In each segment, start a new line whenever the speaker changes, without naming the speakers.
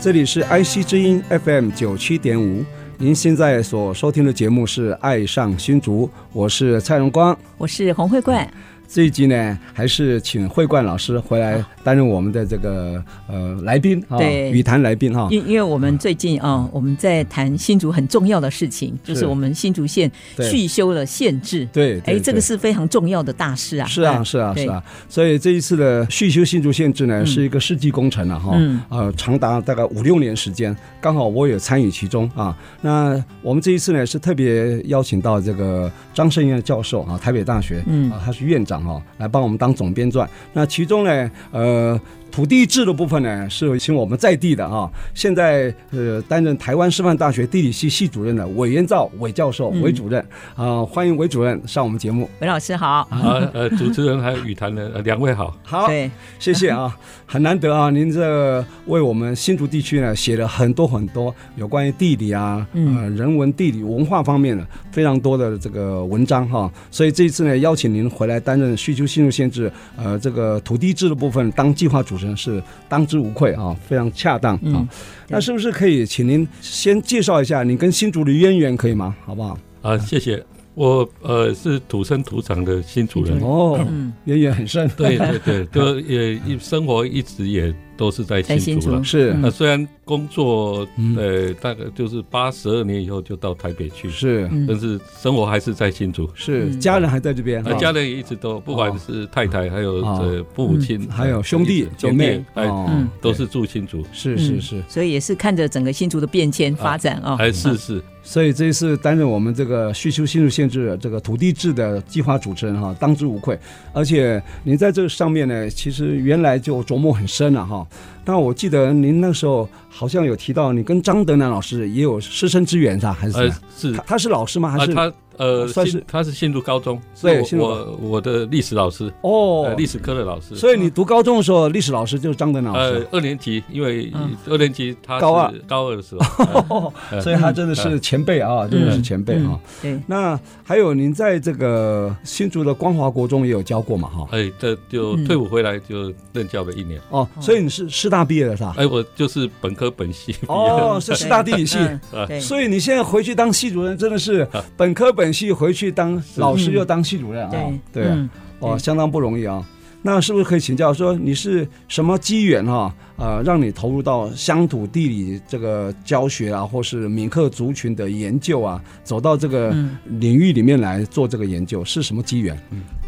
这里是 IC 之音 FM 九七点五，您现在所收听的节目是《爱上新竹》，我是蔡荣光。
我是洪慧冠。
这一集呢，还是请慧冠老师回来担任我们的这个呃来宾啊，
对
语坛来宾哈、
因因为我们最近啊，我们在谈新竹很重要的事情，就是我们新竹县
对
续修了县治。
对，对
哎，这个
对
是非常重要的大事啊！
是啊，是啊，
对
是啊。所以这一次的续修新竹县制呢，是一个世纪工程了、哈、
嗯
呃，长达大概五六年时间，刚好我也参与其中啊。那我们这一次呢，是特别邀请到这个张胜燕教授啊，台北大学，
嗯
啊，他是院长哦，来帮我们当总编撰。那其中呢，呃。土地制的部分呢，是请我们在地的啊，现在呃担任台湾师范大学地理系系主任的韦延照韦教授
嗯
韦主任啊、欢迎韦主任上我们节目。
韦老师好，
啊，呃，主持人还有语坛的呃两位好，
好，
对，
谢谢啊， 很难得啊，您这为我们新竹地区呢写了很多很多有关于地理啊、
嗯
呃人文、地理、文化方面的非常多的这个文章哈、所以这一次呢，邀请您回来担任需求新竹县制呃这个土地制的部分当计划主持人是当之无愧啊，非常恰当啊。
嗯
那是不是可以请您先介绍一下您跟新竹的渊源，可以吗？好不好？
啊，谢谢。我呃是土生土长的新主人，
哦，
嗯，
渊源很深，
对对对，就也一生活一直也都是在
在新
新竹了
竹。
是
那虽然工作
嗯
呃大概就是八十二年以后就到台北去，
是
但是生活还是在新竹。
是，
嗯
家人还在这边，
那
哈
啊家人也一直都，不管是太太，还有
哦
呃父母亲，
还有兄弟姐
兄
妹
弟，，哎，
哦
嗯
都是住新竹。
是
嗯
是是，
所以也是看着整个新竹的变迁发展啊。
哎，是是，
所以这一次担任我们这个需求新竹县制这个土地制的计划主持人哈，当之无愧。而且您在这上面呢，其实原来就琢磨很深了哈。但我记得您那时候好像有提到，你跟张德南老师也有师生之缘是吧？还是什
呃
么？
是
他他是老师吗？还
啊，
是
他呃，
算
新
是
他是新竹高中，
对
是
新竹
我我我的历史老师，呃
哦
历？史科的老师。
所以你读高中的时候，历史老师就是张德南老
呃
师，
二年级，因为
嗯
二年级他是
高二
高二 的时候，
哦，
呃
所以他真的是前辈啊，真的是前辈啊
嗯。对，
那还有您在这个新竹的光华国中也有教过嘛哈？
哎，这就
嗯
退伍回来就任教了一年。
哦，所以你是师大毕业的是吧？
哎，我就是本科本系
呃
毕业
哦，是师大地理系，
嗯
呃
对，
所以你现在回去当系主任，真的是
啊
本科本系回去当老师又当系主任啊
对，
对啊，
嗯
哦，
对
相当不容易啊。那是不是可以请教说你是什么机缘哈、啊？呃，让你投入到乡土地理这个教学啊，或是闽客族群的研究啊，走到这个
嗯
领域里面来做这个研究，是什么机缘？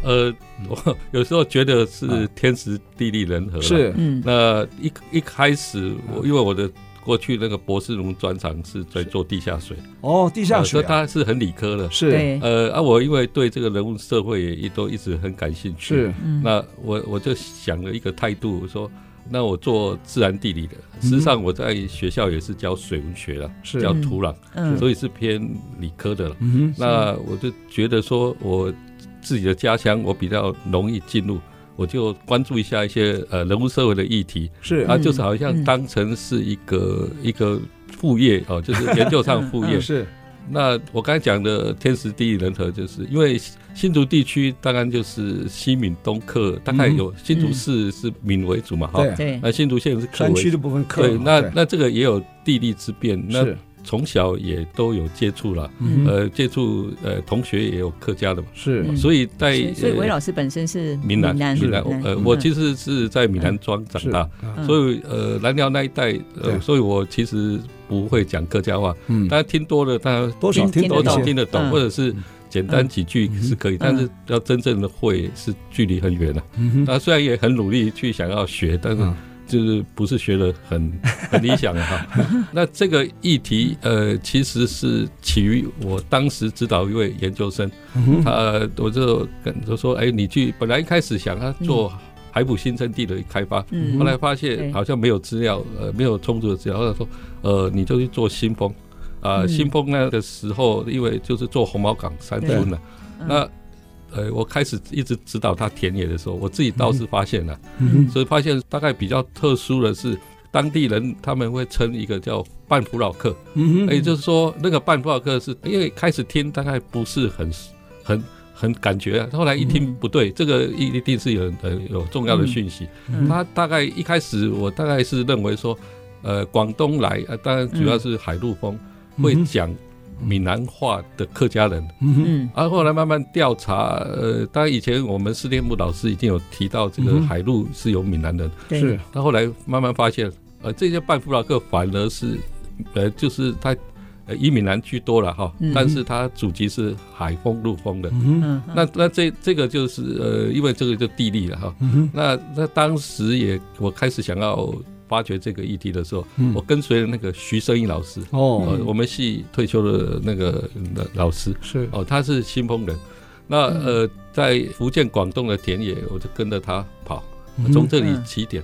呃，我有时候觉得是
啊
天时地利人和啦。
是嗯
嗯
那一一开始，我因为我的过去那个博士农专长是在做地下水，
哦，地下
呃
水
所以
啊、
他是很理科的。
是
对，
呃啊，我因为对这个人物社会也一都一直很感兴趣，
是
嗯
那我我就想了一个态度，我说那我做自然地理的，
嗯
实际上我在学校也是教水文学了，
是
教土壤，
嗯
所以是偏理科的了。
嗯哼
那我就觉得说我自己的家乡我比较容易进入，我就关注一下一些呃人物社会的议题，
是
啊，就是好像
嗯
当成是一个、一个副业哦，就是研究上副
嗯
业
也。是
那我刚才讲的天时地利人和，就是因为新竹地区当然就是西闽东客，大概有新竹市是闽为主嘛，哈、
嗯对
对，
那新竹县是客
山区
为
的
主。
部分课
对，
嘛
那那这个也有地利之变，那
是
从小也都有接触了，
嗯哼
呃，接触呃同学也有客家的嘛，
是
嗯
所以在
所以所以韦
呃
老师本身是
闽南
南
闽
南
呃，
嗯
我其实是在闽南庄长
是
大，
啊
所以呃南寮那一带，
对
呃，所以我其实不会讲客家话，
嗯
大家听多了，大家
多少
听
听
得
多
懂
少
一些
听得懂，
嗯
或者是简单几句
嗯
是可以，但是要真正的会是距离很远的。啊
嗯哼
那虽然也很努力去想要学，但是
嗯
就是不是学的很 很理想啊哈、 那这个议题呃，其实是起于我当时指导一位研究生，
嗯
他、呃我就跟就说，哎，你去本来一开始想要做海捕新生地的开发，
嗯
后来发现
对
好像没有资料，呃，没有充足的资料，他说，呃，你就去做新风，啊、
嗯
新风那个时候因为就是做红毛港山村了、
嗯
那。呃，我开始一直指导他田野的时候，我自己倒是发现了、
嗯
所以发现大概比较特殊的是，当地人他们会称一个叫半普老克，
嗯
也就是说那个半普老克是因为开始听大概不是很很很感觉啊，后来一听不对，这个一一定是有呃有重要的讯息。
嗯
他大概一开始我大概是认为说，呃，广东来啊，呃当然主要是海陆丰、会讲闽南话的客家人。
嗯
嗯
啊，后来慢慢调查，呃，当然以前我们司令部老师已经有提到，这个
嗯哼
海陆是有闽南人，
对
是
他后来慢慢发现，呃，这些半弗劳克反而是，呃，就是他，呃，以闽南居多了哈
嗯，
但是他祖籍是海丰陆丰的。
嗯
嗯，
那那这这个就是呃，因为这个就地利了哈。
嗯
那那当时也我开始想要发掘这个议题的时候，
嗯
我跟随了那个徐生义老师，
哦
呃，我们系退休的那个呃老师，
是
哦，他是新丰人。那
嗯
呃，在福建、广东的田野，我就跟着他跑，
嗯
从这里起点。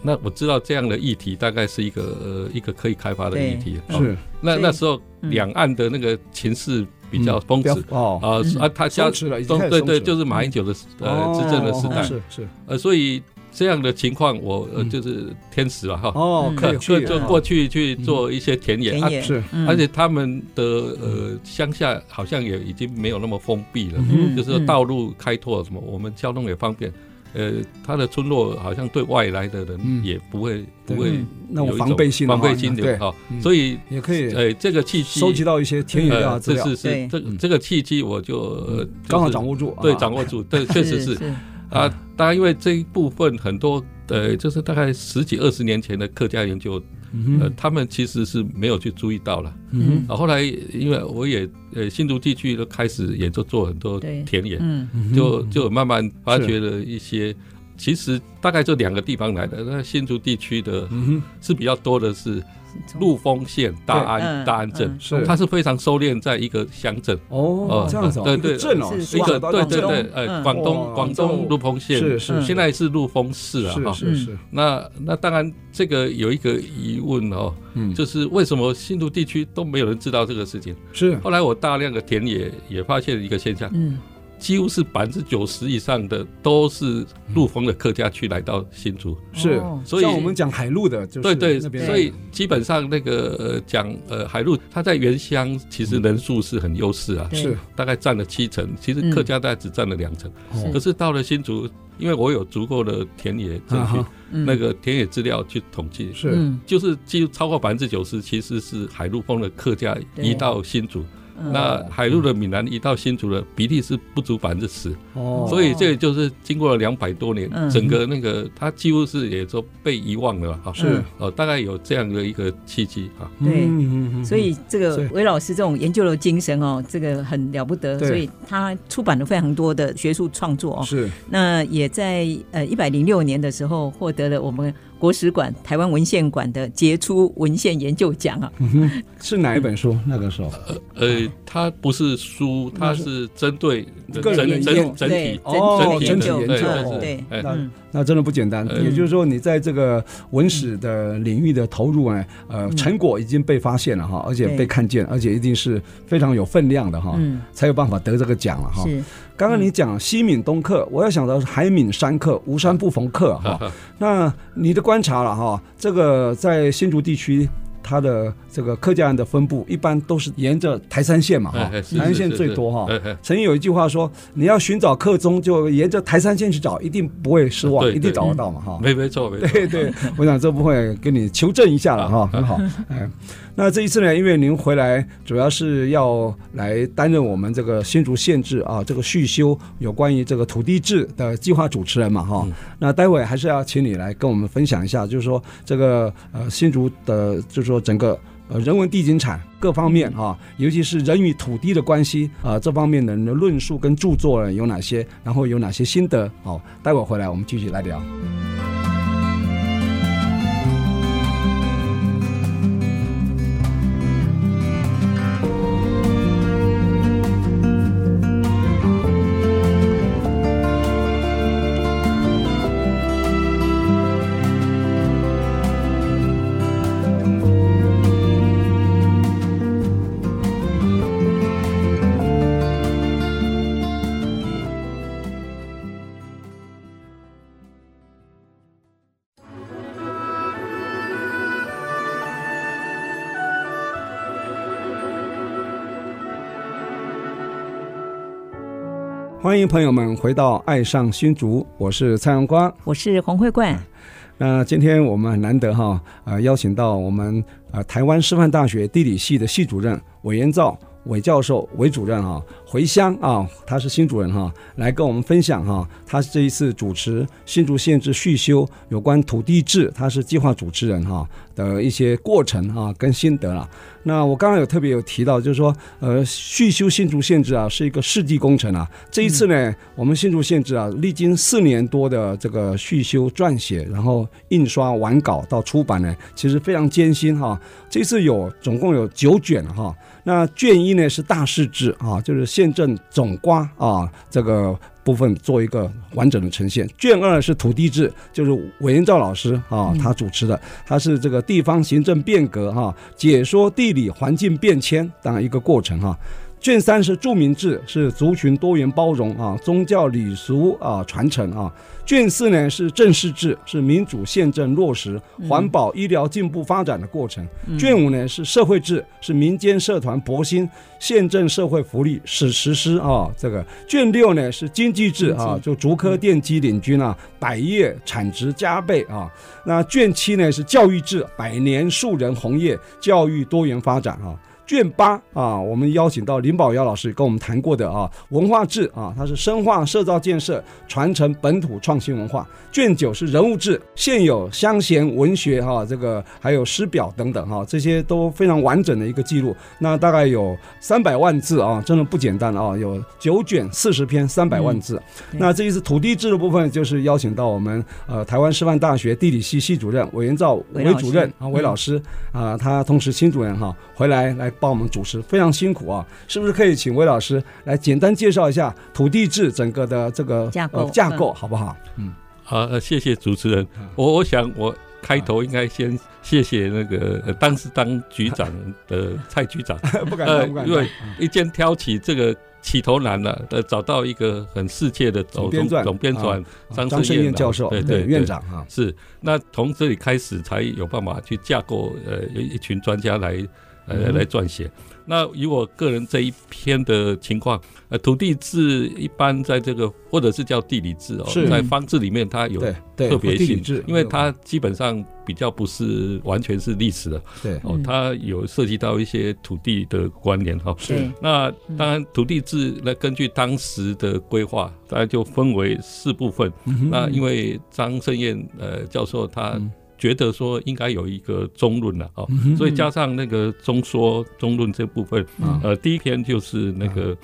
那我知道这样的议题大概是一个呃一个可以开发的议题。哦
是
那
所以
那时候
嗯
两岸的那个情势比较松弛
哦，
啊
嗯
啊，他
松
加
弛了，已经
中
开始
对
松
对，
弛
就是马英九的时呃执政的时代，
嗯哦是是
呃，所以这样的情况我呃
嗯
就是天使啊哈，
哦
嗯，
可以嗯
就就
去
就
啊
过去去做一些田野啊
田野，
是
嗯
而且他们的呃乡下好像也已经没有那么封闭了，
嗯
就是说道路开拓什么，我们交通也方便。呃，他的村落好像对外来的
嗯
人也不会、
对
不会
嗯
那种
有一种
防备心的
防
话
备心
对
的哈
嗯，
所以
也可以
呃这个契机
收集到一些田野调查
呃
资
这
料，
是是
对
这个
嗯
这个契机我就呃
刚好
就是
掌握住，
对
啊
掌握住， 对确实是
是
啊，当然因为这一部分很多呃就是大概十几二十年前的客家研究，
嗯
呃
哼
他们其实是没有去注意到了。
嗯
啊，后来因为我也呃新竹地区都开始也就做很多
对
田野，
嗯
哼
就就有慢慢发掘了一些。其实大概就两个地方来的，那新竹地区的
嗯
是比较多的是陆丰县大
嗯
安大安镇
嗯，
是
它是非常收敛在一个乡镇，
哦
呃
这样子哦
对
一个
对
镇哦
是
一
一个
个
对对
镇
对
广，
嗯
东
呃，广东广
广
东
东
陆丰县
是是
嗯
现在是陆丰市啊
是
哈。
是是
那那当然，这个有一个疑问哦，
嗯
就是为什么新竹地区都没有人知道这个事情？
是
后来我大量的田野也发现了一个现象，
嗯
几乎是百分之九十以上的都是陆丰的客家区来到新竹，
是
哦，
所以
像我们讲海陆的，就是
对对，
那边
所以基本上那个呃讲呃海陆，它在原乡其实人数是很优势啊，
对
是
大概占了七成，其
嗯
实客家大概只占了两成，
哦
可是到了新竹，因为我有足够的田野证据，
啊哈
嗯
那个田野资料去统计。
是
嗯
就是几乎超过百分之九十，其实是海陆丰的客家
对
移到新竹，
嗯
那海陆的闽南移到新竹的比例是不足百分之十，
哦
所以这就是经过了两百多年
嗯，
整个那个它几乎是也就被遗忘了哈。
是
哦，大概有这样的一个契机啊。
对
嗯嗯嗯嗯
所以这个
所以
韦老师这种研究的精神哦，这个很了不得，
对
所以他出版了非常多的学术创作哦。
是
那也在呃一百零六年的时候获得了我们国史馆台湾文献馆的杰出文献研究奖啊。
是哪一本书？那个时候
呃，它不是书，它是针对
嗯个
整
人研
整整
究
整体。
哦
整体
整
研
体
究，
研究
嗯
对
对，
哎
嗯，
那真的不简单。
嗯
也就是说，你在这个文史的领域的投入呢，呃，成果已经被发现了哈，而且
嗯对
被看见，而且一定是非常有分量的哈，
嗯
才有办法得这个奖了哈。
是
刚
嗯
刚你讲西闽东客，我要想到是海闽山客，无山不逢客哈。那你的观察了哈，这个在新竹地区，它的这个客家人的分布一般都是沿着台山线嘛哈
哎，是
台山线
是是
最多哈。
哎哎
曾经有一句话说，你要寻找客踪，就沿着台山线去找，一定不会失望，
啊对
一定找得到嘛哈。
没没错没错。
对对，我想这部分跟你求证一下了哈，很好。哎，那这一次呢，因为您回来主要是要来担任我们这个新竹县志啊这个续修有关于这个土地制的计划主持人嘛哈。那待会还是要请你来跟我们分享一下，就是说这个呃新竹的，就是说整个。呃，人文地景产各方面啊，尤其是人与土地的关系啊、这方面的你的论述跟著作呢有哪些？啊然后有哪些心得？好、待会儿回来我们继续来聊。欢迎朋友们回到《爱上新竹》，我是蔡阳光。
我是黄慧冠，
嗯
那今天我们很难得哈，呃，邀请到我们呃台湾师范大学地理系的系主任韦延照韦教授韦主任哈回乡啊，他是新主任哈，来跟我们分享哈，他这一次主持新竹县志续修有关土地制，他是计划主持人哈的一些过程啊跟心得啦。那我刚刚有特别有提到，就是说，呃，续修新竹县制啊，是一个世纪工程啊。这一次呢，我们新竹县制啊，历经四年多的这个续修、撰写，然后印刷完稿到出版呢，其实非常艰辛哈、这次有总共有九卷哈、那卷一呢是大市制啊，就是县政总瓜啊这个部分做一个完整的呈现。卷二是土地制，就是韦延照老师啊他主持的，他是这个地方行政变革哈、解说地理环境变迁当然一个过程哈、卷三是著名制，是族群多元包容啊，宗教礼俗啊传承啊。卷四呢是正式制，是民主宪政落实、环保、医疗进步发展的过程。卷五呢是社会制，是民间社团博兴宪政社会福利史实施啊。这个卷六呢是经济制啊，就竹科电机领军啊，百业产值加倍啊。那卷七呢是教育制，百年树人红叶，教育多元发展啊。卷八啊，我们邀请到林宝尧老师跟我们谈过的啊，文化志啊，它是深化社造建设，传承本土创新文化。卷九是人物志，现有乡贤文学哈、这个还有诗表等等哈、啊这些都非常完整的一个记录。那大概有三百万字啊，真的不简单啊，有九卷四十篇，三百万字。
对
那这一次土地制的部分，就是邀请到我们呃台湾师范大学地理系系主任韦元照韦
韦老
主
师
任啊，韦
嗯
老师啊、他同时新主任哈、回来来帮我们主持，非常辛苦啊，是不是可以请韦老师来简单介绍一下土地制整个的这个
架
呃
构嗯
架构好不好？
好、呃谢谢主持人。
嗯
我我想我开头应该先谢谢那个、呃当时当局长的蔡局长，
不敢
呃
当，不啊敢
因
当
为，一肩挑起这个起头难了、呃，找到一个很世界的
总
总
编撰啊
总编纂、张
张
胜
燕
燕
教授
对对
院
对
长啊，
是，那从这里开始才有办法去架构呃一一群专家来呃
嗯
来撰写。那以我个人这一篇的情况，呃，土地制一般在这个或者是叫地理制哦
是，
在方志里面它有
对对，
特别
地理
性
制，，
因为它基本上比较不是完全是历史的
对
哦
嗯，
它有涉及到一些土地的关联哈、哦。
对，
那当然，土地制那根据当时的规划，当然就分为四部分。嗯那因为张胜燕呃教授他
嗯
觉得说应该有一个中论了哦，所以加上那个中说中论这部分，
啊
呃，第一篇就是那个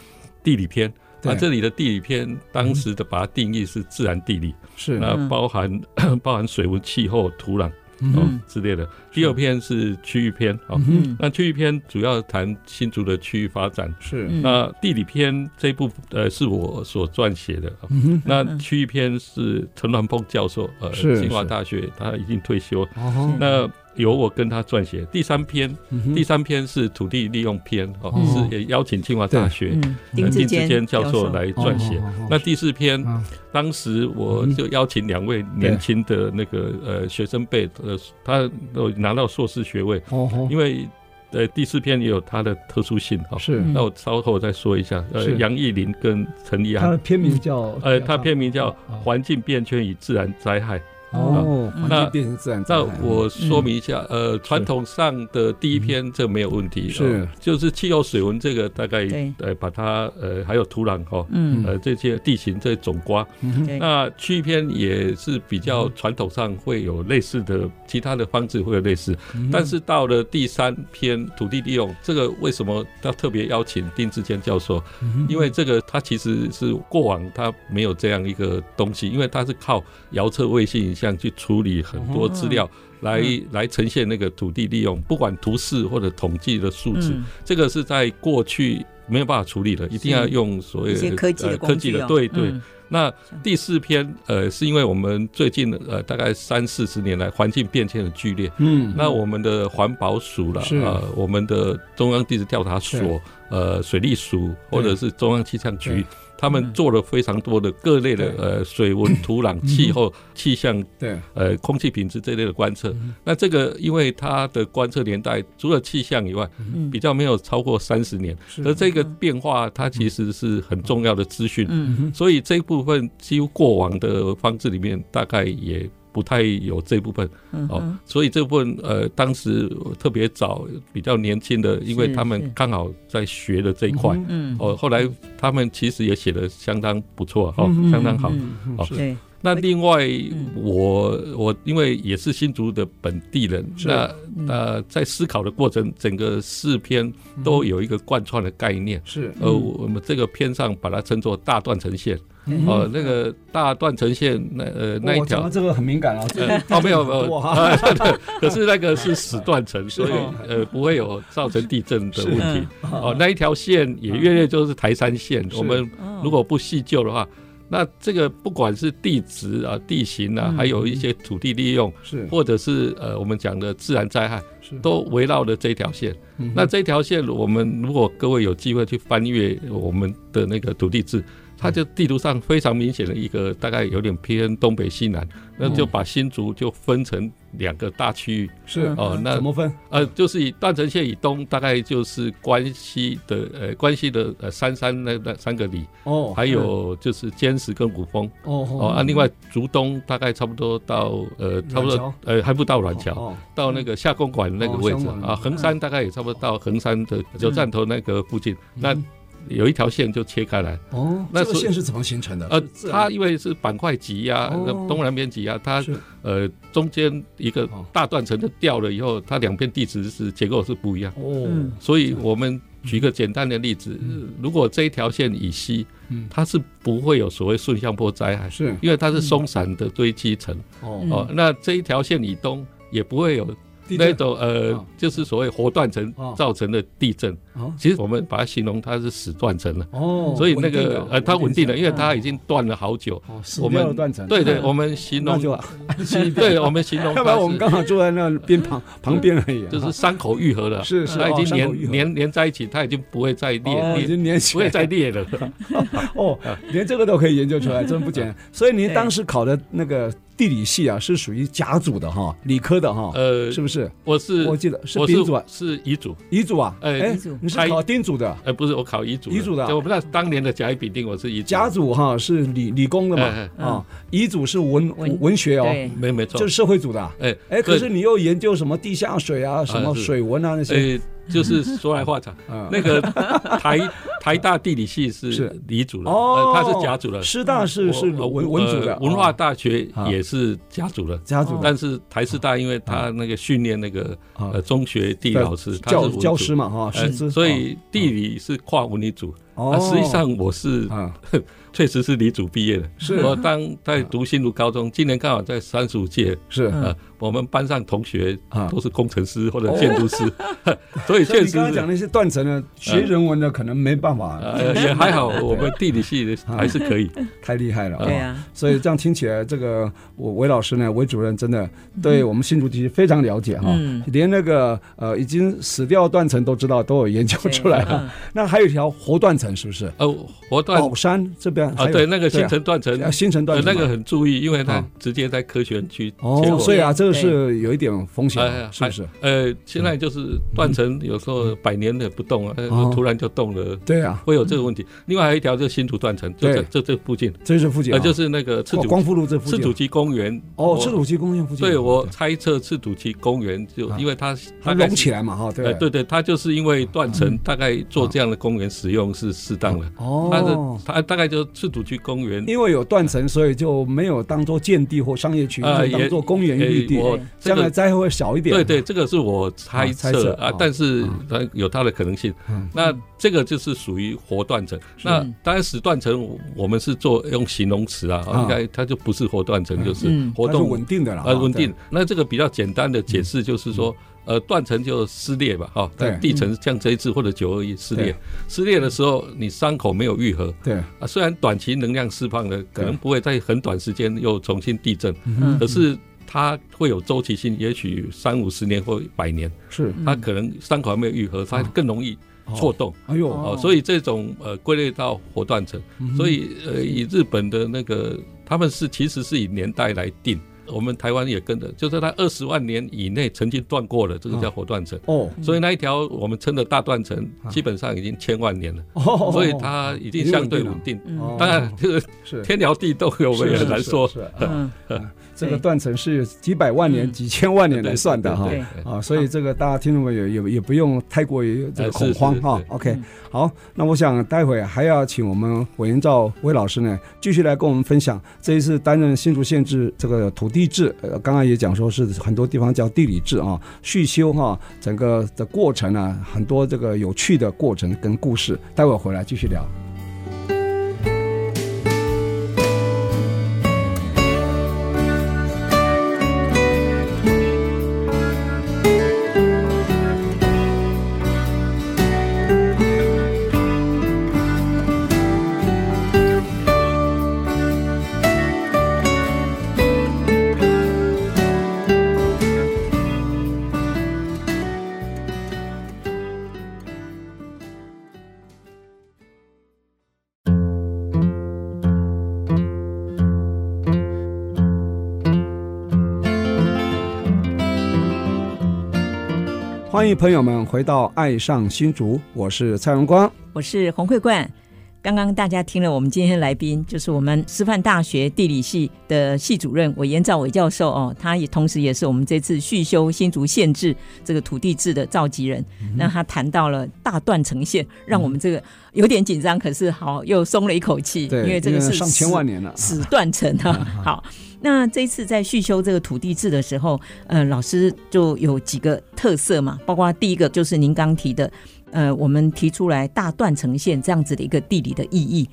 地理篇。那、
对
这里的地理篇，当时的把它定义是自然地理，
是
那
嗯
包含 包含水文、气候、土壤哦
嗯
之类的。第二篇是区域篇哦，
嗯
那区域篇主要谈新竹的区域发展，
是
嗯
那地理篇这一部分呃是我所撰写的，
嗯
嗯
那区域篇是陈鸾峰教授，呃，
是
清华
是
大学他已经退休，
哦
那由我跟他撰写。第三篇，
嗯哼
第三篇是土地利用篇，哦，
哦
是也邀请清华大学
嗯，
呃
丁志坚
教授来撰写。
哦哦哦哦
那第四篇
啊，
当时我
嗯
就邀请两位年轻的那个呃学生辈，呃，他都拿到硕士学位，
哦哦
因为呃第四篇也有它的特殊性，哦，
是
那我稍后再说一下。
嗯
呃
是，
杨义林跟陈怡
它的
安，
片名叫
呃，他片名叫
哦
《环境变迁与自然灾害》。
哦，环
嗯
境
那
变成自然灾
那
害。
我说明一下，呃，传统上的第一篇这没有问题，
是
哦就是气候、水文这个大概
对
呃把它呃还有土壤哈，
嗯，
呃这些地形这种瓜。
对，
嗯那区域篇也是比较传统上会有类似的，其他的方式会有类似，但是到了第三篇土地利用，这个为什么要特别邀请丁志坚教授？因为这个他其实是过往他没有这样一个东西，因为他是靠遥测卫星影像去处理很多资料。来来呈现那个土地利用，不管图示或者统计的数字，
嗯
这个是在过去没有办法处理的，一定要
是
用所谓
一
的
些科技
呃
的
科
工
技
具
的，
哦，
对对。
嗯，
那第四篇，呃，是因为我们最近呃大概三四十年来环境变迁很剧烈，
嗯，
那我们的环保署了
是，
呃，我们的中央地质调查所，呃，水利署或者是中央气象
对嗯
局，他们做了非常多的各类的呃 水文、土壤、气候、气象、
对，
呃空气品质这类的观测。
嗯
那这个因为它的观测年代除了气象以外，
嗯
比较没有超过三十年，
是嗯
而这个变化它其实是很重要的资讯。
嗯
所以这一部分几乎过往的方式里面，大概也不太有这部分
嗯
哦。
哼
所以这部分呃，当时特别早比较年轻的，因为
是
他
是
们刚好在学的这一块。
嗯
嗯
哦，后来他们其实也写的相当不错哦，
嗯
相当好。
嗯
哼
哦
是
对，
那另外
嗯，
我我因为也是新竹的本地人，
是
那
嗯
那在思考的过程，整个四篇都有一个贯穿的概念。
是
呃，
嗯
我们这个篇上把它称作大断层线，
嗯
哦，那个大断层线那呃那一
我讲到
条。
这个很敏感啊，这
呃，哦，没有没有，
哇
啊对 可是那个是死断层，所以
哦
呃不会有造成地震的问题
是。
哦，那一条线也越来越就是台山线，
是
我们
哦
如果不细究的话，那这个不管是地质啊、地形啊，
嗯
还有一些土地利用，
是
或者是呃我们讲的自然灾害，
是
都围绕着这条线。
嗯
那这条线，我们如果各位有机会去翻阅我们的那个土地志，它就地图上非常明显的一个，大概有点偏东北西南，那
嗯
就把新竹就分成两个大区域。
是
哦，那
怎嗯么分？
呃，就是以断层线以东，大概就是关西的呃关西的呃三山那那三个里，
哦，
还有就是坚石跟古峰。
哦
哦啊，另外竹东大概差不多到呃差不
软
多
桥
呃还不到软桥。
桥
到那个下公馆那个位置、
哦下公馆
啊，横山大概也差不多到横山的九站头那个附近，
嗯
那有一条线就切开来。
哦，
那
这个
所以
线是怎么形成的？
呃
嗯是，自然
它因为是板块挤压，
哦
那东南边挤压，它
是
呃中间一个
哦
大断层就掉了以后，它两边地质是结构是不一样。
哦
嗯
所以我们举个简单的例子，如果这一条线以西
嗯，
它是不会有所谓顺向坡灾害，
是
因为它是
嗯
松散的堆积层。
哦
嗯
哦，那这一条线以东也不会有
地
那
震
种
啊
呃，就是所谓活断层
啊
造成的地震，
哦
其实我们把它形容它是死断层了，
哦，
所以那
稳定
个
的
呃，它稳定了，因为
嗯
它已经断了好久。
哦死
我
掉
们
了断层，
对对，
嗯
我们 形
那
容
就，
对我们形 容
要不然
它
我们
是
刚好坐在那边 旁旁边而已啊，
就是伤口愈合了，
是是
它已
哦
经
伤口愈合
连连连在一起，它已经不会再
哦
裂
已
裂，
经连起
不
来
会再裂了。
哦，连这个都可以研究出
嗯
来，真不简单。所以您当时考的那个地理系啊，是属于甲组的哈，理科的哈，
呃，
哦是不是？
我是
我记得是
我
丙组啊，
是遗嘱，
乙组啊，
呃
哎
乙组，
你是考丁组的，
呃，不是我考遗嘱，
乙组的啊
对我们那当年的甲乙丙丁我是遗嘱，
甲组哈是理理工的嘛
哎，
哎
啊，乙组是文
文
文学哦，
对，
没没错
就是，社会组的啊。
哎
哎，可
对呃
是你又研究什么地下水啊，什么
是
水文啊那些，
呃，就是说来话长。
嗯
那个 台台大地理系是
是
理主了，
哦
呃，他是甲主了。
师大是是
我
文文组的
呃，文化
哦
大学也是甲主了。
甲组的
但是台师大，因为他那个训练那个
哦啊
呃中学地理老师，他是
教
文组
教师，嘛哈，师
呃
资，
所以地理是跨文理组。
哦
啊，实际上我是
啊
确实是理组毕业的。
是啊
我当在读新竹高中，今年刚好在三十五届，
是
嗯
呃，我们班上同学
啊
都是工程师或者 建筑师，所以
所以
确
你
实
刚刚
是
讲那些断层呢，学人文的可能没办法，
呃，也还好，我们地理 系的
啊
还是可以。
太厉害了啊！
对啊，
所以这样听起来，这个我韦老师呢，韦主任真的对我们新竹地区非常了解哈、
嗯
连那个呃已经死掉的断层都知道，都有研究
对
出来了。
嗯
啊
那还有一条活断层，是不是？
呃，活断
宝山这边哦还
啊，
有
对，那个
对
新
啊
城断层，
啊新城断
呃
层嘛、
那个很注意，因为它
啊
直接在科学园区结
哦，
果
所以啊，这个
对
是有一点风险啊，
哎
是不是？
呃，现在就是断层，有时候百年也不动啊，呃
嗯哦
突然就动了，
对啊，
会有这个问题。另外还有一条就是新竹断层，就
对
在就这附近，
这是附近、啊
呃，就是那个赤
哦
土
光复路这附
赤
近
土
啊。
基公园。
哦，
我
赤土基公园附近啊。
对我猜测赤土基公园就
啊
因为它
它
大概
隆
是
起来嘛，哈，对不嗯
呃，对对，它就是因为断层，大概做这样的公园使用是适当的。它的
哦，
它大概就是赤土区公园，
因为有断层，所以就没有当做建地或商业区，
啊
就当
也
做公园绿地
诶，我这
将来
个
灾害会小一点。
对对，这个是我
啊
猜
猜测
测啊
哦，
但是它有它的可能性
嗯。
那这个就是属于活断层。那当然死断层，我我们是做用形容词啊，
啊
应该它就不是活断层，就是
嗯
活
它是
动
稳定啊的了，
呃
哈
稳定。。那这个比较简单的解释就是说，呃，断层就撕裂吧，哈，
嗯对
但地层像这一次或者九二一撕裂
对，
撕裂的时候你伤口没有愈合
对，
啊，虽然短期能量释放了，可能不会在很短时间又重新地震，
嗯
可是。它会有周期性，也许三五十年或百年，
是
它可能伤口还没有愈合，它更容易错动。
哎呦，
哦
哦，所以这种呃归类到活断层，
嗯
所以呃以日本的那个他们是其实是以年代来定，我们台湾也跟着，就是它二十万年以内曾经断过了，这个叫活断层。
哦
所以那一条我们称的大断层
啊，
基本上已经千万年了，
哦，
所以它已经相对稳定。
哦
当然，这个
是
天聊地动，我们也很难说。
是是啊是
嗯，
这个断层是几百万年、
嗯
几千万年
对
来算的哈。
对对
啊，所以这个大家听众们也也也不用太过于这个恐慌
呃是是
哈
是。
OK，
嗯
好，那我想待会还要请我们韦元照韦老师呢，继续来跟我们分享这一次担任新竹县志这个土地志，呃，刚刚也讲说是很多地方叫地理志啊，续修哈、整个的过程呢、很多这个有趣的过程跟故事，待会回来继续聊。欢迎朋友们回到《爱上新竹》，我是蔡荣光。
我是洪慧冠。刚刚大家听了我们今天的来宾，就是我们师范大学地理系的系主任韦延照韦教授哦，他也同时也是我们这次续修新竹县志这个土地制的召集人。
嗯
那他谈到了大断层线，让我们这个有点紧张，可是好又松了一口气，
对，
因为这个是
上
史
千万年了，
死断层啊。好，那这一次在续修这个土地制的时候，呃，老师就有几个特色嘛，包括第一个就是您刚提的，呃，我们提出来大断层线这样子的一个地理的意义。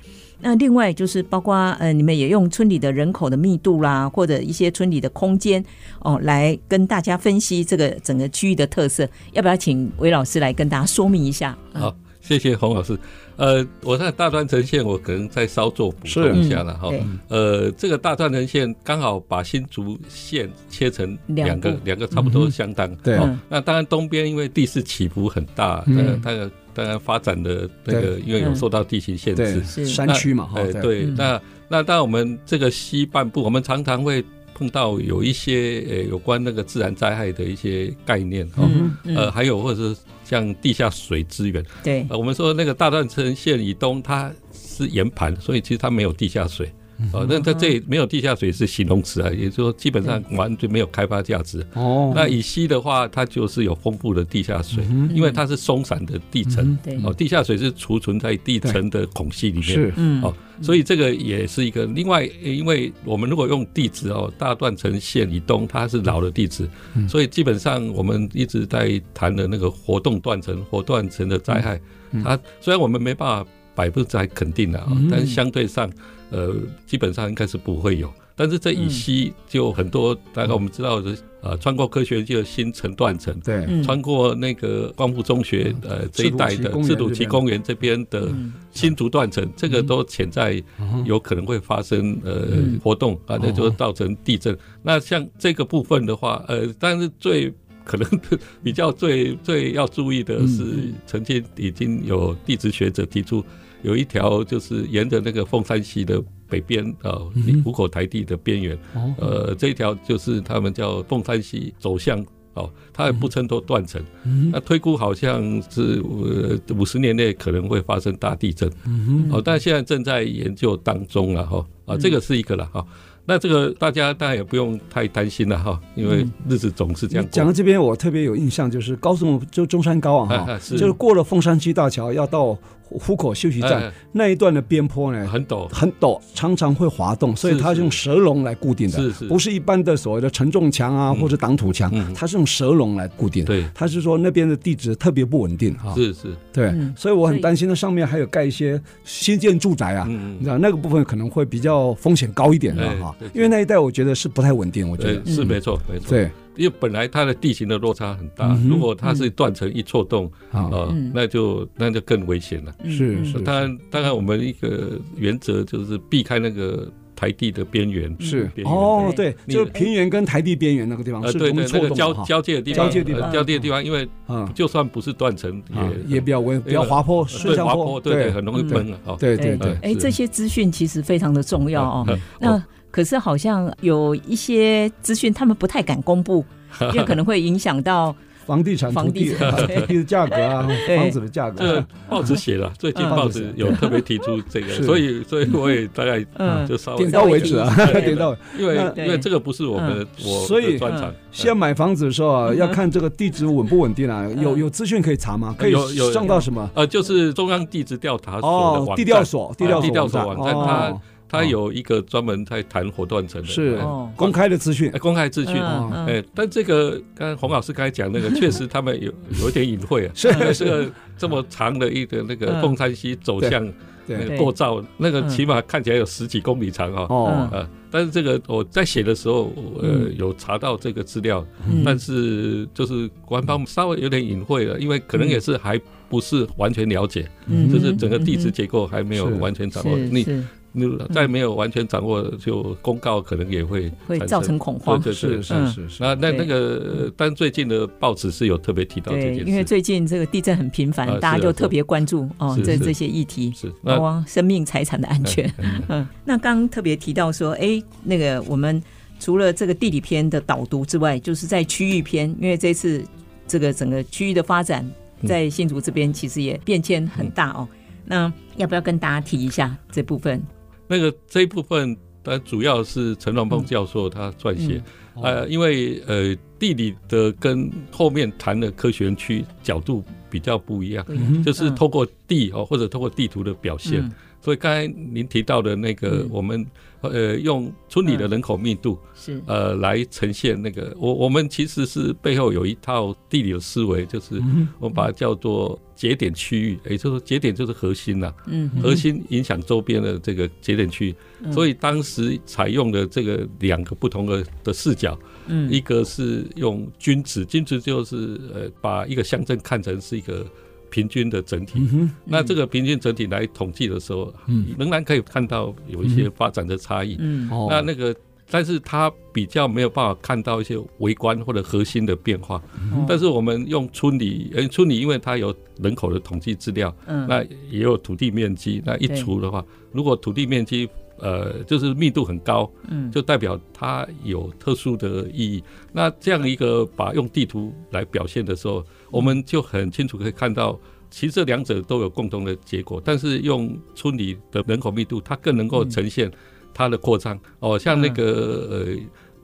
那另外就是包括呃，你们也用村里的人口的密度啦，或者一些村里的空间哦，来跟大家分析这个整个区域的特色。要不要请韦老师来跟大家说明一下？
好，谢谢洪老师。呃，我在大专呈现，我可能再稍作补
是
充一下了哈。
对，
呃，这个大断层线刚好把新竹县切成两个
两部
两个差不多相当。
对
哦
嗯
那当然东边因为地势起伏很大，
嗯
呃，它的当然发展的那个因为有受到地形限
对哦
制，，
是
山区嘛，哈
哎，，对，
嗯
那那当然我们这个西半部，我们常常会碰到有一些呃有关那个自然灾害的一些概念哦，
嗯
呃，
嗯，
还有或者是像地下水资源，
对，
呃，我们说那个大断层线以东，它是岩盘，所以其实它没有地下水。
嗯
哦，那在这里没有地下水是形容词啊，也就是说基本上完全没有开发价值。
哦，嗯
那以西的话，它就是有丰富的地下水，因为它是松散的地层。
对，
哦，地下水是储存在地层的孔隙里面。
是
嗯，
哦，所以这个也是一个另外，呃因为我们如果用地址哦，大断层线以东它是老的地址，所以基本上我们一直在谈的那个活动断层、活断层的灾害，它虽然我们没办法百分之百肯定的、啊，但是相对上，呃，基本上应该是不会有。但是这以西就很多，大概我们知道的，呃，穿过科学院就有新城断层，
对，
嗯
穿过那个光复中学呃这一带的
赤
赤
土
土
崎
崎
公
公园这边的新竹断层，这个都潜在有可能会发生呃
嗯
活动啊，那就造成地震。那像这个部分的话，呃，但是最可能 比较最最要注意的是，曾经已经有地质学者提出，有一条就是沿着那个凤山溪的北边呃虎口台地的边缘，
哦
呃，这一条就是他们叫凤山溪走向哦，它也不称作断层。
嗯
那推估好像是呃五十年内可能会发生大地震。
嗯
哦，但现在正在研究当中了哈。啊，这个是一个了哈。那这个大家当然也不用太担心了哈，因为日子总是这
嗯你
样
讲到
过。
这边，我特别有印象，就是高速就中山高啊，哈
哎哎，是
就是过了凤山区大桥，要到虎虎口休息
哎
站
哎
那一段的边坡呢，
很陡，
很陡，常常会滑动，所以
是
它
是
用蛇笼来固定的，
是是
不是一般的所谓的承重墙啊或者挡土墙，
嗯
它是用蛇笼来固定。
对
它是说那边的地质特别不稳定哈，
是是，
对
嗯，
所以我很
所以
担心那上面还有盖一些新建住宅啊，
嗯
你知，道那个部分可能会比较风险高一点的
哎
哈
对，对
因为那一带我觉得是不太稳定，我觉
对
得，嗯
是没错没错。
对
因为本来它的地形的落差很大
嗯，哼
如果它是断层一错动，
啊
呃
嗯，
那就那就更危险了。
嗯
是
嗯
是
当然，当然，我们一个原则就是避开那个台地的边缘，
是
边缘
哦，对，
你
就是平原跟台地边缘那个地方
呃，
是
对
容
对，那
错
个
的
交
嘛哈，
交界的地方，
交界地
呃
方
交界地方，因为
嗯
就算不是断层，
啊，
也
也比较温，比较
因为
滑坡，
对
顺
滑
下
坡，对对，很容易
嗯
崩啊。哦
对对对
嗯，
哎，
是
这些资讯其实非常的重要哦。
嗯
那可是好像有一些资讯他们不太敢公 布，因为可能会影响到
房地产、
房
土地、
地产
土
对
地的价格啊，
对
房子的价
这
格，
报纸写了，最近
嗯
报纸有特别提出这个，
是
所以所以我也大概啊
嗯
就稍微
点到为止啊，
对
点到。
因为
那
因为这个不是我们的
嗯
我
所
的
以
专长，嗯
先买房子的时候啊，要看这个地址稳不稳定啊，有
嗯
有资讯可以查吗？可以
呃有有
上到什么？
呃，就是中央地质调查所的
哦
网，站啊
地调，所，地调所，
地调所网站它
哦
它有一个专门在谈活断层的，
是
哎
哦
公开的资讯
哎，公开资讯。
嗯嗯
哎，但这个刚才洪老师刚才 讲那个，确实他们有有一点隐晦啊，
是
因为这个这么长的一个那个
嗯
凤山溪走向那
对
个构造，那个
嗯
起码看起来有十几公里长啊，
哦
呃，但是这个我在写的时候，我呃，
嗯
有查到这个资料，
嗯
但是就是官方稍微有点隐晦了，因为可能也是还不是完全了解，
嗯哼
就是整个地质结构还没有
是
完全掌握。
是
你
是
你再没有完全掌握，就公告可能也会
会
产
造成恐慌。
对对
是
对。
是是是，
那
对
那
嗯
那个，呃但最近的报纸是有特别提到这
对，
件
因为
事，
最近这个地震很频繁，
啊是啊
大家就特别关注哦
是
这
是
这些议题，
是
包
那
括生命财产的安全。
嗯
嗯，那刚刚特别提到说，哎，那个我们除了这个地理篇的导读之外，就是在区域篇，因为这次这个整个区域的发展
嗯
在新竹这边其实也变迁很大哦。那要不要跟大家提一下这部分？
那个这一部分，它主要是陈龙
嗯
凤教授他撰写，呃，因为呃地理的跟后面谈的科学园区角度比较不一样，
不一样
就是
嗯
透过地哦，或者透过地图的表现。
嗯
所以刚才您提到的那个
嗯，
我们呃用村里的人口密度
是
呃来呈现那个，我我们其实是背后有一套地理的思维，就是
嗯
我们把它叫做节点区域，也就是说节点就是核心呐、
嗯
核心影响周边的这个节点区域。
嗯
所以当时采用的这个两个不同的的视角。
嗯
一个是用均值，均值就是呃把一个乡镇看成是一个平均的整
嗯
体。那这个平均整体来统计的时候，仍然可以看到有一些发展的差异。
嗯
哦
那那个，但是它比较没有办法看到一些微观或者核心的变化。
哦
嗯但是我们用村里，呃，村里因为它有人口的统计资料，
嗯
那也有土地面积，那一
对
除的话，如果土地面积呃就是密度很高，
嗯
就代表它有特殊的意义。那这样一个把用地图来表现的时候，我们就很清楚可以看到，其实这两者都有共同的结果，但是用村里的人口密度，它更能够呈现它的扩张。
嗯
哦，像那个呃，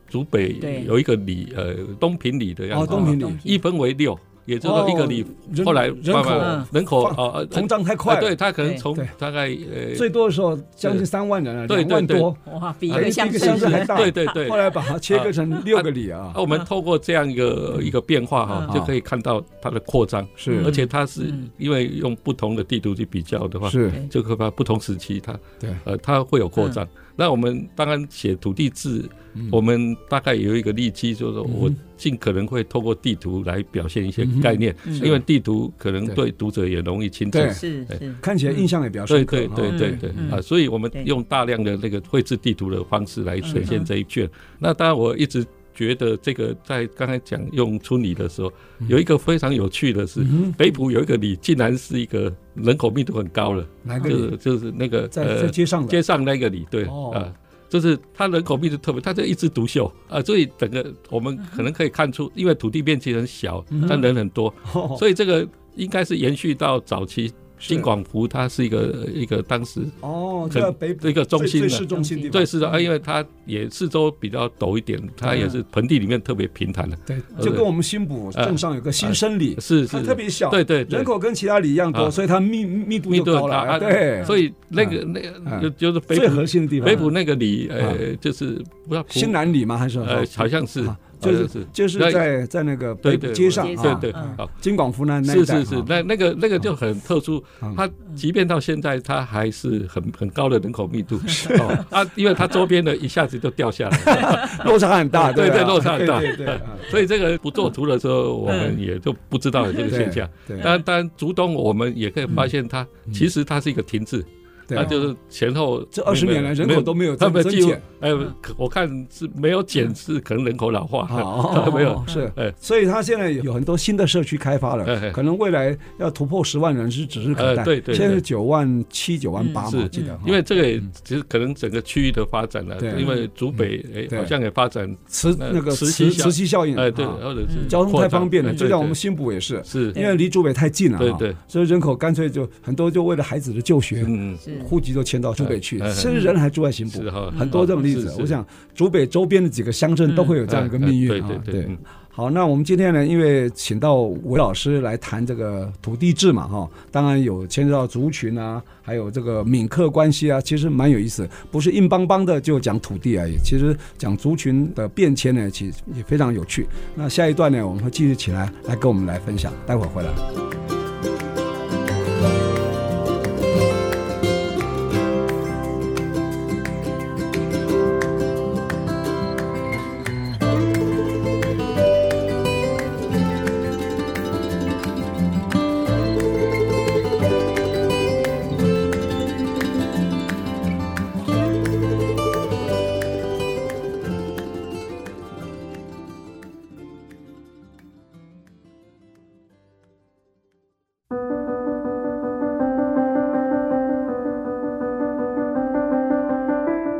竹
对
北有一个里呃东平里的样
哦，
子，
东平里哦
东
一分为六，也就是说一个里。
人
后来
人
慢慢
口
人口
放
哦，呃
膨胀太快了，
啊对他可能
对
从
对
大概呃，
最多的时候将近三万人啊，
对
两万
对对
多，
哇，比一
哎
个乡
比一个
镇
乡镇还大
对对对
后。来把它切割成六个里啊
啊，，我们透过这样一个一个变化哈
嗯，
就可以看到它的扩张，
是
而且它是
嗯
因为用不同的地图去比较的话，
是
对
就可以把不同时期它
对
呃它会有扩张。那我们当然写土地志
嗯，
我们大概有一个利基，就是说我尽可能会透过地图来表现一些概念，
嗯
因为地图可能
对
对读者也容易亲近
对。
是是
看起来印象也比较
对
深刻
对
啊。
对对对
嗯
啊！所以我们
对
用大量的那个绘制地图的方式来呈
嗯
现这一卷。那当然，我一直觉得这个在刚才讲用村里的时候，有一个非常有趣的是，北浦有一个里竟然是一个人口密度很高了，
哪个
就
里
是就是那个
在在
呃
街上的
街上那个里，对
哦
啊。就是它人口密度特别，它就一枝独秀啊，所以整个我们可能可以看出，因为土地面积很小，但人很多，
哦
所以这个应该是延续到早期
是
金广福，它是一个一个当时
哦，
很
这北
一个中
最
心的
市中心地方，
对是的，啊因为它也四周比较陡一点，它也是盆地里面特别平坦的，
对，就跟我们新浦镇上有个新生里，
啊是
嗯它
是
特别小，
对对对
人口跟其他里一样多，
啊
所以它密密度
密
就
度
高了
很大，
啊，
啊
对，
所以那个那
嗯
个就就是北
最核
浦
心的地
北
方，
浦那个里，呃，就是不知道浦
嗯新南里吗？还是
呃，好像是
啊
好
就
像
是就是在在那个
对
北
对
街上
我
啊，
对对
嗯
好。
金广福南那一
是
带
是是
啊，
那那个那个就很特殊
嗯，
它即便到现在，它还是很很高的人口密度哦。啊，因为它周边的一下子就掉下来了，
落差很大，
对
对
对
啊
落差很大
对对对啊
所以这个不做图的时候，我们也就不知道有这个现象。
对
当然，当然，竹东我们也可以发现它，其实它是一个停滞，
对
那就是前后
嗯啊这二十年来人口都没有
他
增
们
增
几乎
减，嗯
哎，可我看是没有减是可能人口老
啊
化，
好，
没有
哦是
哎，
所以它现在有很多新的社区开发
哎
了，
哎
可能未来要突破十万人是指日可待。
哎对对
现在是
对
九万七、九万八嘛，
是嗯
记得哈。
因为这个也其实可能整个区域的发展了
对，
因为竹北
对
哎好像也发展，
磁
那
那个
呃磁
磁
吸效
磁吸效应，
哎对，
啊
或者是
嗯
交通太方便了，
扩展
就像我们
对
新埔也是
对，是
因为离竹北太近了，
对
哈
对，
所以人口干脆就很多就为了孩子的就学，
嗯
是
户籍都迁到竹北去，
哎哎
甚至人还住在新埔
是，哈，
很多这种例子
是。是
我想竹北周边的几个乡镇都会有这样一个命运
哎
啊
哎，对对对，嗯
好，那我们今天呢，因为请到韦老师来谈这个土地制嘛，哈，当然有牵涉到族群啊，还有这个闽客关系啊，其实蛮有意思，不是硬邦邦的就讲土地而已，其实讲族群的变迁呢，其实也非常有趣。那下一段呢，我们会继续起来来跟我们来分享，待会儿回来。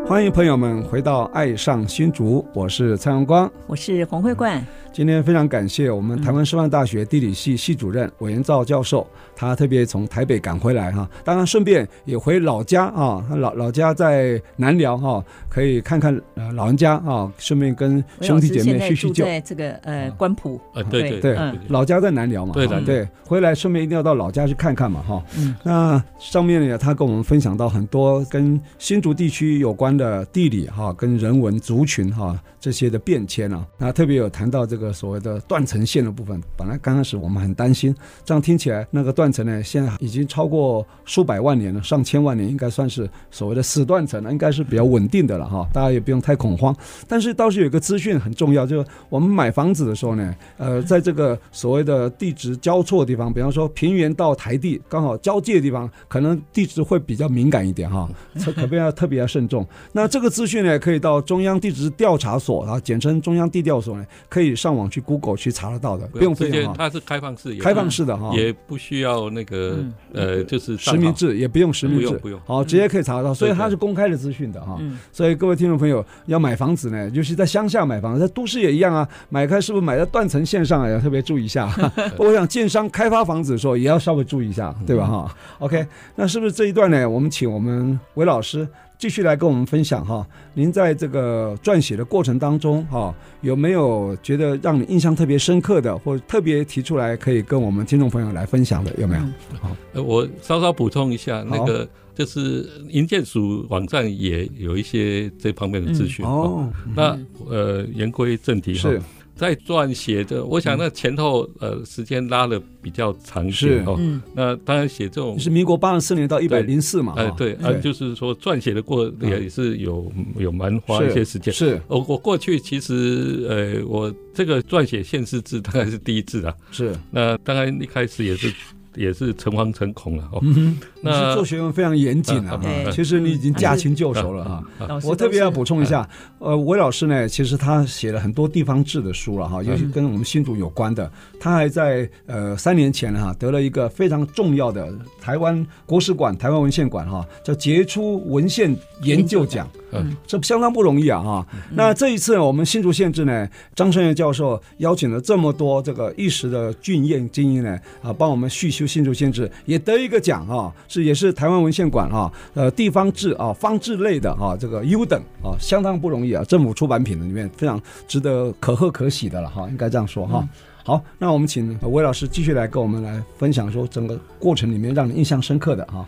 欢迎朋友们回到《爱上新竹》，我是蔡阳光。
我是黄慧冠，
今天非常感谢我
嗯
们台湾师范大学地理系系主任韦元照教授，他特别从台北赶回来哈，当然顺便也回老家啊，他老老家在南寮哈，可以看看呃老人家啊，顺便跟
韦
兄
老
弟
师
姐
现
妹
在
叙叙
住
旧。
在这个呃
啊
关埔，
啊，对
对
对
对
嗯
老家在南寮嘛，
对
哈
南寮
对，回来顺便一定要到老家去看看嘛哈。
嗯，
那上面呢，他跟我们分享到很多跟新竹地区有关的地理哈、跟人文族群哈、这些的变迁啊。那特别有谈到这个所谓的断层线的部分。本来刚开始我们很担心，这样听起来啊那个断层呢，现在已经超过数百万年了，上千万年，应该算是所谓的死断层了，应该是比较稳定的了哈。大家也不用太恐慌。但是倒是有一个资讯很重要，就是我们买房子的时候呢，呃，在这个所谓的地质交错的地方，比方说平原到台地刚好交界的地方，可能地质会比较敏感一点 哈，这可不要特别要慎重。那这个资讯呢，可以到中央地质调查所啊，简称中央地调所呢，可以上网去 Google 去查得到的，不用
直
费
接
用哈，
它是开放式，也
开放式的哈。
也不需要那个
嗯
呃，就是
实名
账
制也不用实名
不
制
用不用，
好，直接可以查得到，所以
对对
它是公开的资讯的哈。
嗯，
所以各位听众朋友要买房子呢，尤其在乡下买房子，在都市也一样啊。买开是不是买在断层线上啊？要特别注意一下。我想建商开发房子的时候也要稍微注意一下，对吧？哈、o k 那是不是这一段呢？我们请我们韦老师继续来跟我们分享哈。您在这个撰写的过程当中哈，有没有觉得让你印象特别深刻的，或者特别提出来可以跟我们听众朋友来分享的，有没有？
嗯
呃，我稍稍补充一下，
好
那个就是营建署网站也有一些这方面的资讯。哦，
哦，
那呃，言归正题哈
是，
在撰写的，我想那前后呃时间拉的比较长一
是
些哦。
嗯
那当然写这种
是哦民国八十四年到一百零四嘛？
哎
哈
对啊，就是说撰写的过也是有有蛮
嗯
花
是
一些时间。
是
我我过去其实呃，我这个撰写县市志大概是第一次啊。
是，
那当然一开始也是也是诚惶诚恐了哦。
嗯哼，你
那
是做学问非常严谨啊
啊，嗯
对
其实你已经驾轻就熟了啊。
老师
我特别
都
要
是
补充一下，呃，韦老师呢，其实他写了很多地方志的书了哈，尤其
嗯
跟我们新竹有关的。他还在呃三年前哈、得了一个非常重要的台湾国史馆、台湾文献馆哈、叫杰出文献研究奖。
嗯，
这相当不容易啊哈、那这一次呢我们新竹县志呢，张胜元教授邀请了这么多这个一时的俊彦精英呢，啊，帮我们续修新竹县志，也得一个奖啊，是也是台湾文献馆啊，呃，地方志啊，方志类的啊，这个优等啊，相当不容易啊，政府出版品的里面非常值得可贺可喜的了哈、应该这样说哈、好，那我们请呃魏老师继续来跟我们来分享说整个过程里面让你印象深刻的哈、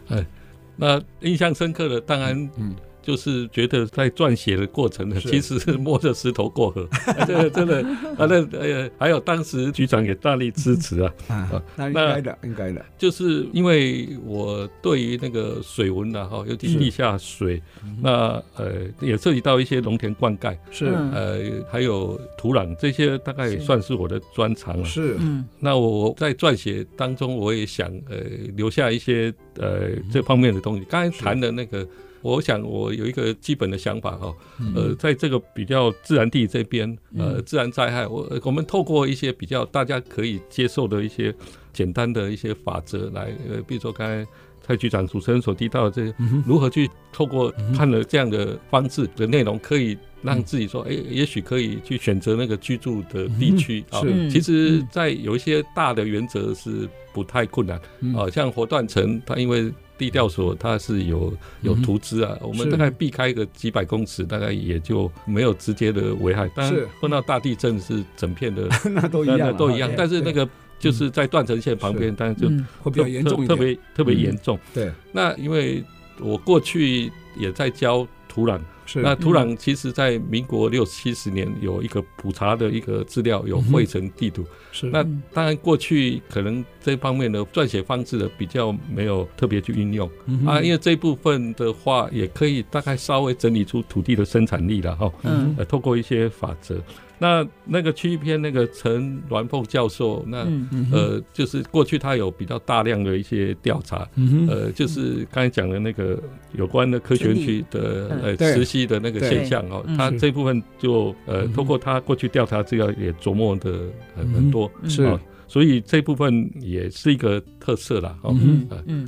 那印象深刻的，当然，
嗯
就是觉得在撰写的过程呢，
是
其实是摸着石头 过河，啊这个真的，啊那呃，还有当时局长也大力支持啊，
啊，那应该的，应该的，
就是因为我对于那个水文啊，哈，尤其地下水，
嗯
那呃也涉及到一些农田灌溉，
是
嗯
呃还有土壤这些，大概也
是
算是我的专长了、
是
嗯
那我在撰写当中，我也想呃留下一些呃这方面的东西。刚才谈的那个，我想我有一个基本的想法哈，呃，在这个比较自然地这边，呃，自然灾害，我呃我们透过一些比较大家可以接受的一些简单的一些法则来，呃，比如说刚才。蔡局长主持人所提到的这些，
嗯
如何去透过看了这样的方式的内容，可以让自己说，
嗯
哎、也许可以去选择那个居住的地区啊、
嗯是
其实，在有一些大的原则是不太困难啊、
嗯
像活断层，它因为地调所它是有有
嗯哼
图资啊，我们
是
大概避开个几百公尺，大概也就没有直接的危害。当
是
然，碰到大地震是整片的，
那都一
那那
样，啊
都一样
对，
但是那个就是在断层线旁边，当然就
嗯
会比较严重一
特
点，
别特别
嗯
严重。
对，
那因为我过去也在教土壤。
是
那土
嗯
壤其实，在民国六七十年有一个普查的一个资料，
嗯
有汇成地图。
是
那当然，过去可能这方面的撰写方式的比较没有特别去运用、
嗯
嗯
啊，因为这部分的话，也可以大概稍微整理出土地的生产力了哈。
嗯
呃，透过一些法则，那那个区域篇那个陈鸾凤教授，那、
嗯
呃，就是过去他有比较大量的一些调查，呃，就是刚才讲的那个有关的科学园区的
嗯
呃
对
实习的那个现象哦
对嗯，
他
是
这部分就呃，通过他过去调查资料也琢磨的很很多，
是
哦所以这部分也是一个特色啦。哦，
嗯
呃
嗯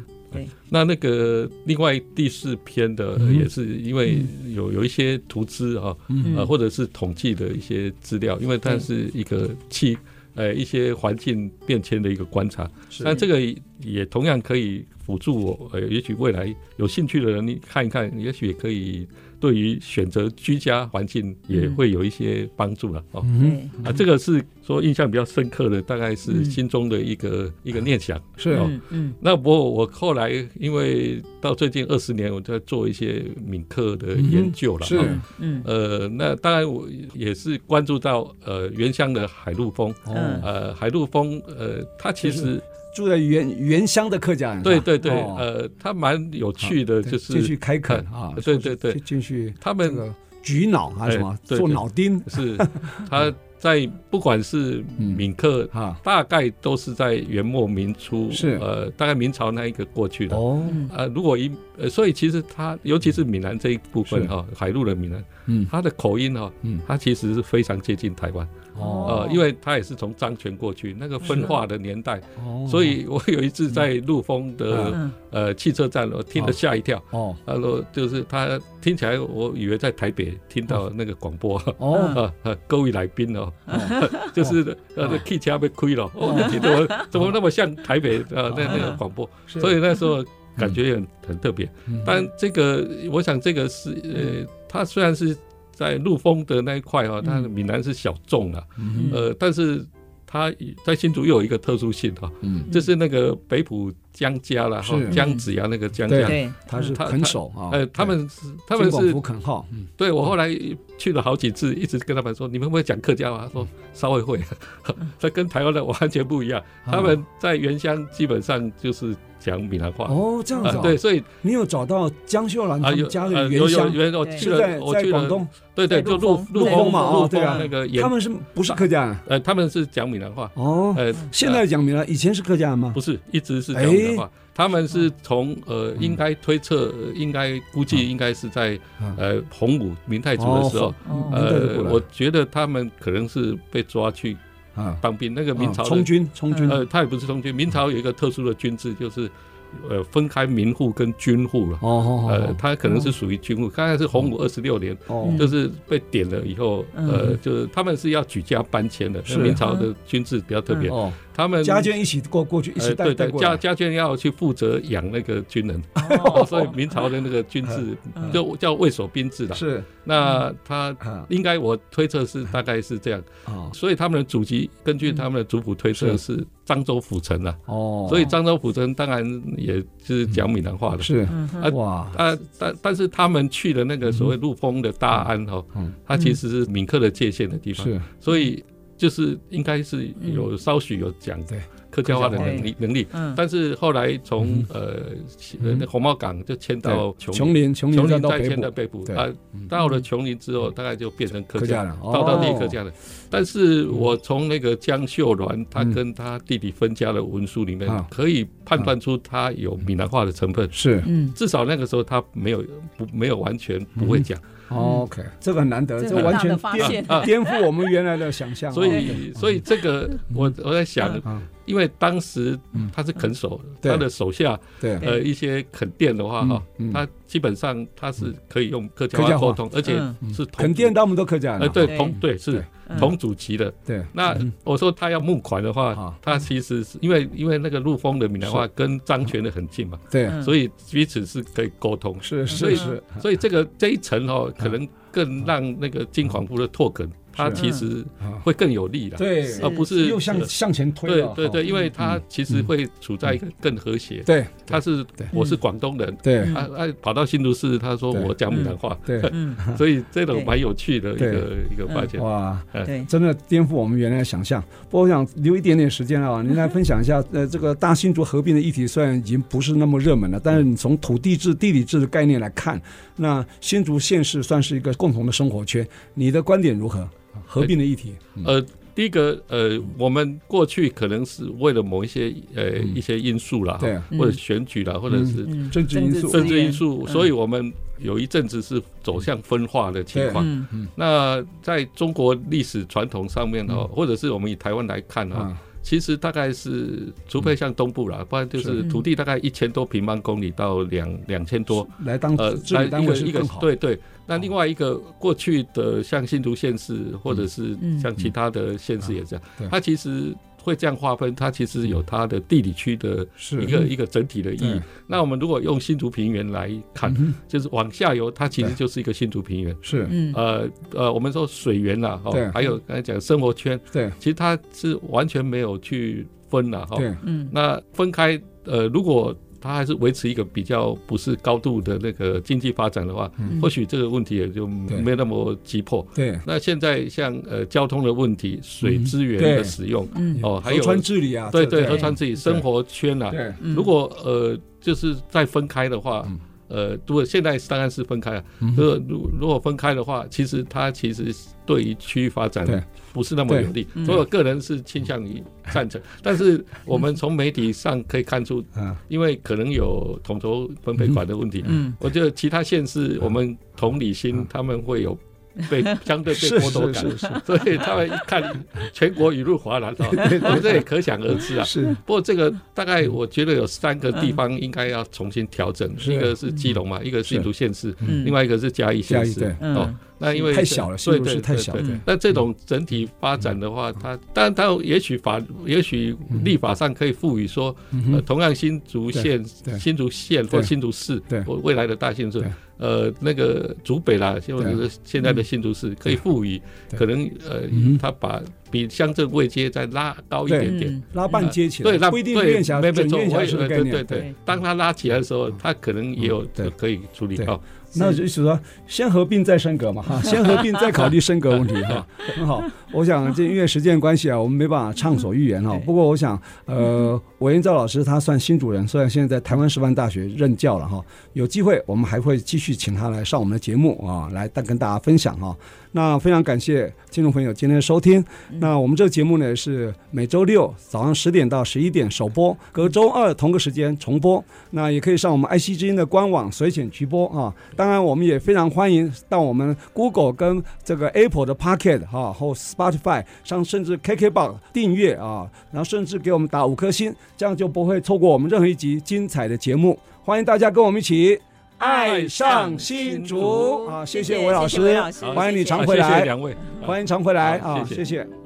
那那个另外第四篇的
嗯
也是因为有有一些图资哈，
嗯
呃，或者是统计的一些资料，因为它
对
是一个气。呃，一些环境变迁的一个观察，
是
那这个也同样可以辅助我，呃，也许未来有兴趣的人你看一看，也许也可以对于选择居家环境也会有一些帮助了、哦。
对
嗯
啊，这个是说印象比较深刻的，大概
嗯
是心中的一个、一个念想。
是
哦
嗯嗯
那我我后来因为到最近二十年，我在做一些敏克的研究了、
嗯是
哦
嗯
呃，那当然我也是关注到呃原乡的海陆风，
嗯
呃，海陆风，呃，它其
嗯
实
哦住在原原乡的客家人，
对对对，
哦
呃，它蛮有趣的，就
进去
是嗯
开垦啊，
对对对
进进去
他
这
们
个举脑还是什么
哎对
做
对
脑钉
是 他在不管是闽客，
啊，
大概都是在元末明初，
是
呃，大概明朝那一个过去的。
哦
呃，如果一呃，所以其实他，尤其是闽南这一部分
是
哈、海陆的闽南，
嗯
他的口音哈、
嗯
他其实是非常接近台湾，
哦啊
呃，因为他也是从漳泉过去，那个分化的年代，
哦，
所以我有一次在陆丰的、
嗯
嗯
呃汽车站，我听了吓一跳，
哦
他说就是他听起来，我以为在台北听到那个广播。
哦
啊啊！各位来宾 哦，
哦
就是呃那汽车被亏了，哦，你觉得我怎么那么像台北呃
哦
那那个广播？
是
所以那时候感觉也很很特别。
嗯
但这个我想这个是呃，它虽然是在陆丰的那一块哦，它闽南是小众啊，
嗯
呃，但是它在新竹又有一个特殊性哈，
嗯，
就是那个北浦江家了哈
是，
江子啊牙那个江
对
家，
对
他是
嗯他
垦手啊，
呃，他
对
们是他们
金广
是
福垦号，嗯
对我后来去了好几次，一直跟他们说，你们会讲客家话？他说稍微会， 这跟台湾的完全不一样。
啊
他们在原乡基本上就是讲闽南话。
哦这样子
啊
哦，
对，所以
你有找到江秀兰他
啊
们
有
家
呃
的
有
原
有
乡，
原我
对
去
是
了
在
我
在
去
广
了，
东，
对对，
在
就
陆
陆
丰
陆
对陆丰嘛哦
陆
对啊
丰那个
他
盐，
们是不是客家人？
呃，他们是讲闽南话，
哦，
呃，
现
呃
在讲明了，以前是客家人吗
不？是一直是讲闽南话，他们是从呃应该推测，呃应该估
啊
计应该是在
嗯
呃洪武明太祖的时候，
哦
明代就
呃
过，来
我觉得他们可能是被抓去
啊，
当兵，那个明朝
啊
的
充军，充军，
呃，他也不是充军，明朝有一个特殊的军制，就是呃分开民户跟军户了。
哦，
呃，他可能是属于军户，刚才是洪武二十六年，
哦，
就是被点了以后，
嗯
呃，就是他们是要举家搬迁的。
是
明朝的军制比较特别，
哦，
他们
家眷一起过过去，一起
呃，
带
对
带
对，
过
家
来。哦
家眷要去负责养那个军人，呃 所以明朝的那个军制
嗯
就叫卫所兵制了。
是
那他
啊
应该我推测是大概是这样，
哦
所以他们的祖籍根据他们的族谱推测是漳州府城啊，
嗯哦，
所以漳州府城当然也是讲闽南话的。
是
嗯哼
啊
哇，
啊，但但是他们去的那个所谓陆丰的大安哦
嗯，
它其实是闽客的界限的地方，
是嗯
所以就是应该是有稍许有讲
对
客家话的
客家话
能力能力，
嗯，
但是后来从呃
嗯
那红帽港就迁到
琼
琼
林，琼
琼
林再
林
到
再
北
迁
部
到北部
对，嗯
啊，到了琼林之后，大概就变成客
客家
家。
人，
到到地
哦
客家人，但是我从那个江秀銮他
嗯
跟他弟弟分家的文书里面
啊，
可以判断出他有闽南话的成分。
是
嗯，
至少那个时候他没有不没有完全不会讲，
哦 OK，这个很难得，
这
这
很
完
大
全
的发
颠
现，
颠覆我们原来的想象。
所以啊所以这个我我在想
嗯嗯，
因为当时
嗯
他是肯手，
对
他的手下
哦对
呃一些肯店的话哈
嗯嗯，
他基本上他是可以用客家
客家
话
话
沟通，而且是同
肯定他们都客家人
呃
啊，
对
嗯对
同对是
嗯
同祖籍的。
对
那我说他要募款
嗯
的
啊
话，他其实是因为因为那个陆丰的闽南话跟张权的很近嘛，
对，
嗯
所以彼此是可以沟通。
是
嗯
嗯
所
是
以
是，
所以这个这一层哦，可能更让那个金黄部的拓梗，它其实
啊
会更有利的，
对，
而不嗯是
又向向前推
对
了，
对对，
哦
因为它其实会处在一个更和谐。
对
他是
对
我是广东人，
对
嗯
啊啊，跑到新竹市，他说
对
我讲闽南话，
对
嗯，
所以这种蛮有趣的一个一个发现。
哇。
对，
真的颠覆我们原来的想象。不过我想留一点点时间啊，您来分享 一下，呃，这个大新竹合并的议题虽然已经不是那么热门了，但是你从土地制、地理制的概念来看，那新竹县市算是一个共同的生活圈。你的观点如何？合并的议题，
呃，第一个呃，我们过去可能是为了某一些呃一些因素啦，
对
或者选举啦，或者是
嗯，
政治因素
政治因素，
嗯
所以我们有一阵子是走向分化的情况。
嗯嗯
那在中国历史传统上面哦，或者是我们以台湾来看啊，
啊，
其实大概是，除
嗯
非像东部啦，不然就是土地大概一千多平方公里到两两千多。
来当
呃，
嗯治理单
一
位
个
是
一个
更好。
对对，那另外一个过去的像新竹县市，或者是
嗯
像其他的县市也这样
嗯对，嗯
它其实会这样划分，它其实有它的地理区的
是嗯
一个一个整体的意义
对。嗯
那我们如果用新竹平原来看，就是往下游，它其实就是一个新竹平原。
是，
嗯，
呃呃，我们说水源啦，
对
哦，还有刚才讲生活圈，
对
其实它是完全没有去分了哈。
对
嗯，
那分开，呃，如果它还是维持一个比较不是高度的那个经济发展的话，或许这个问题也就
对
没那么急迫。
嗯对，嗯
那现在像呃交通的问题、水资源
对
的使用，
嗯
哦，还
河
有
川治理啊，
对
这
对，
这
河川自己生活圈啊，
对
嗯
如果呃就是再分开的话，
嗯
呃，如果现在当然是分开啊，如果如如果分开的话，其实它其实对于区域发展
对
不是那么有利，
嗯
所以我个人是倾向于赞成。但是我们从媒体上可以看出，
嗯
因为可能有统筹分配款的问题，
嗯，
我觉得其他县市我们同理心，他们会有。 被相对被
是
剥夺
嗯是是
感，所以他们一看全国雨露华南 啊，我们这也可想而知啊。
是
不过这
嗯
个大
嗯
概我觉得有三个地方应该要重新调整，
是
一个是基隆嘛，一个是新竹县市，
嗯
另外一个是嘉义县市
嘉义。
对
哦
嗯，
那因为
太小了新
对
竹市
对
太小了嗯
对
对
对那这种整体发展的话，它当然它也许法也许立法上可以赋予说，呃，同样新竹县
嗯对对、
新竹县或
对
新竹市
对，
或未来的大新竹市
对，
呃，那个竹北啦，或者是现在的新竹市，可以赋予
对
可能呃
嗯，
它把比乡镇位阶再拉高一点点。
嗯
拉半接起来，
对，那
不一定啊
对
院辖
没没
准
错，
院辖
我
市
也
的
呃对
概念，嗯
对对，当他拉起来的时候，他可能也有
对
可以处理
对
到。
那就是说，先合并再升格嘛， 哈，先合并再考虑升格问题，哈，很好。我想这因为时间关系啊，我们没办法畅所欲言哈啊
对。
不过我想，呃，韦恩照老师他算新主人，虽然现在在台湾师范大学任教了哈，有机会我们还会继续请他来上我们的节目啊，来带跟大家分享哈。那非常感谢听众朋友今天的收听。
嗯
那我们这个节目呢是每周六早上十点到十一点首播，隔周二同个时间重播。那也可以上我们爱惜之音的官网随选直播啊。当然，我们也非常欢迎到我们 Google 跟这个 Apple 的 Pocket 哈、啊，或 Spotify 上，甚至 KKBox 订阅啊，然后甚至给我们打五颗星，这样就不会错过我们任何一集精彩的节目。欢迎大家跟我们一起爱上新竹啊！谢
谢
韦老
谢谢
师
韦老师，
欢迎你
谢谢
常
啊
回
谢谢
来，
两位，啊
欢迎常回来
好
啊！
谢谢
谢谢。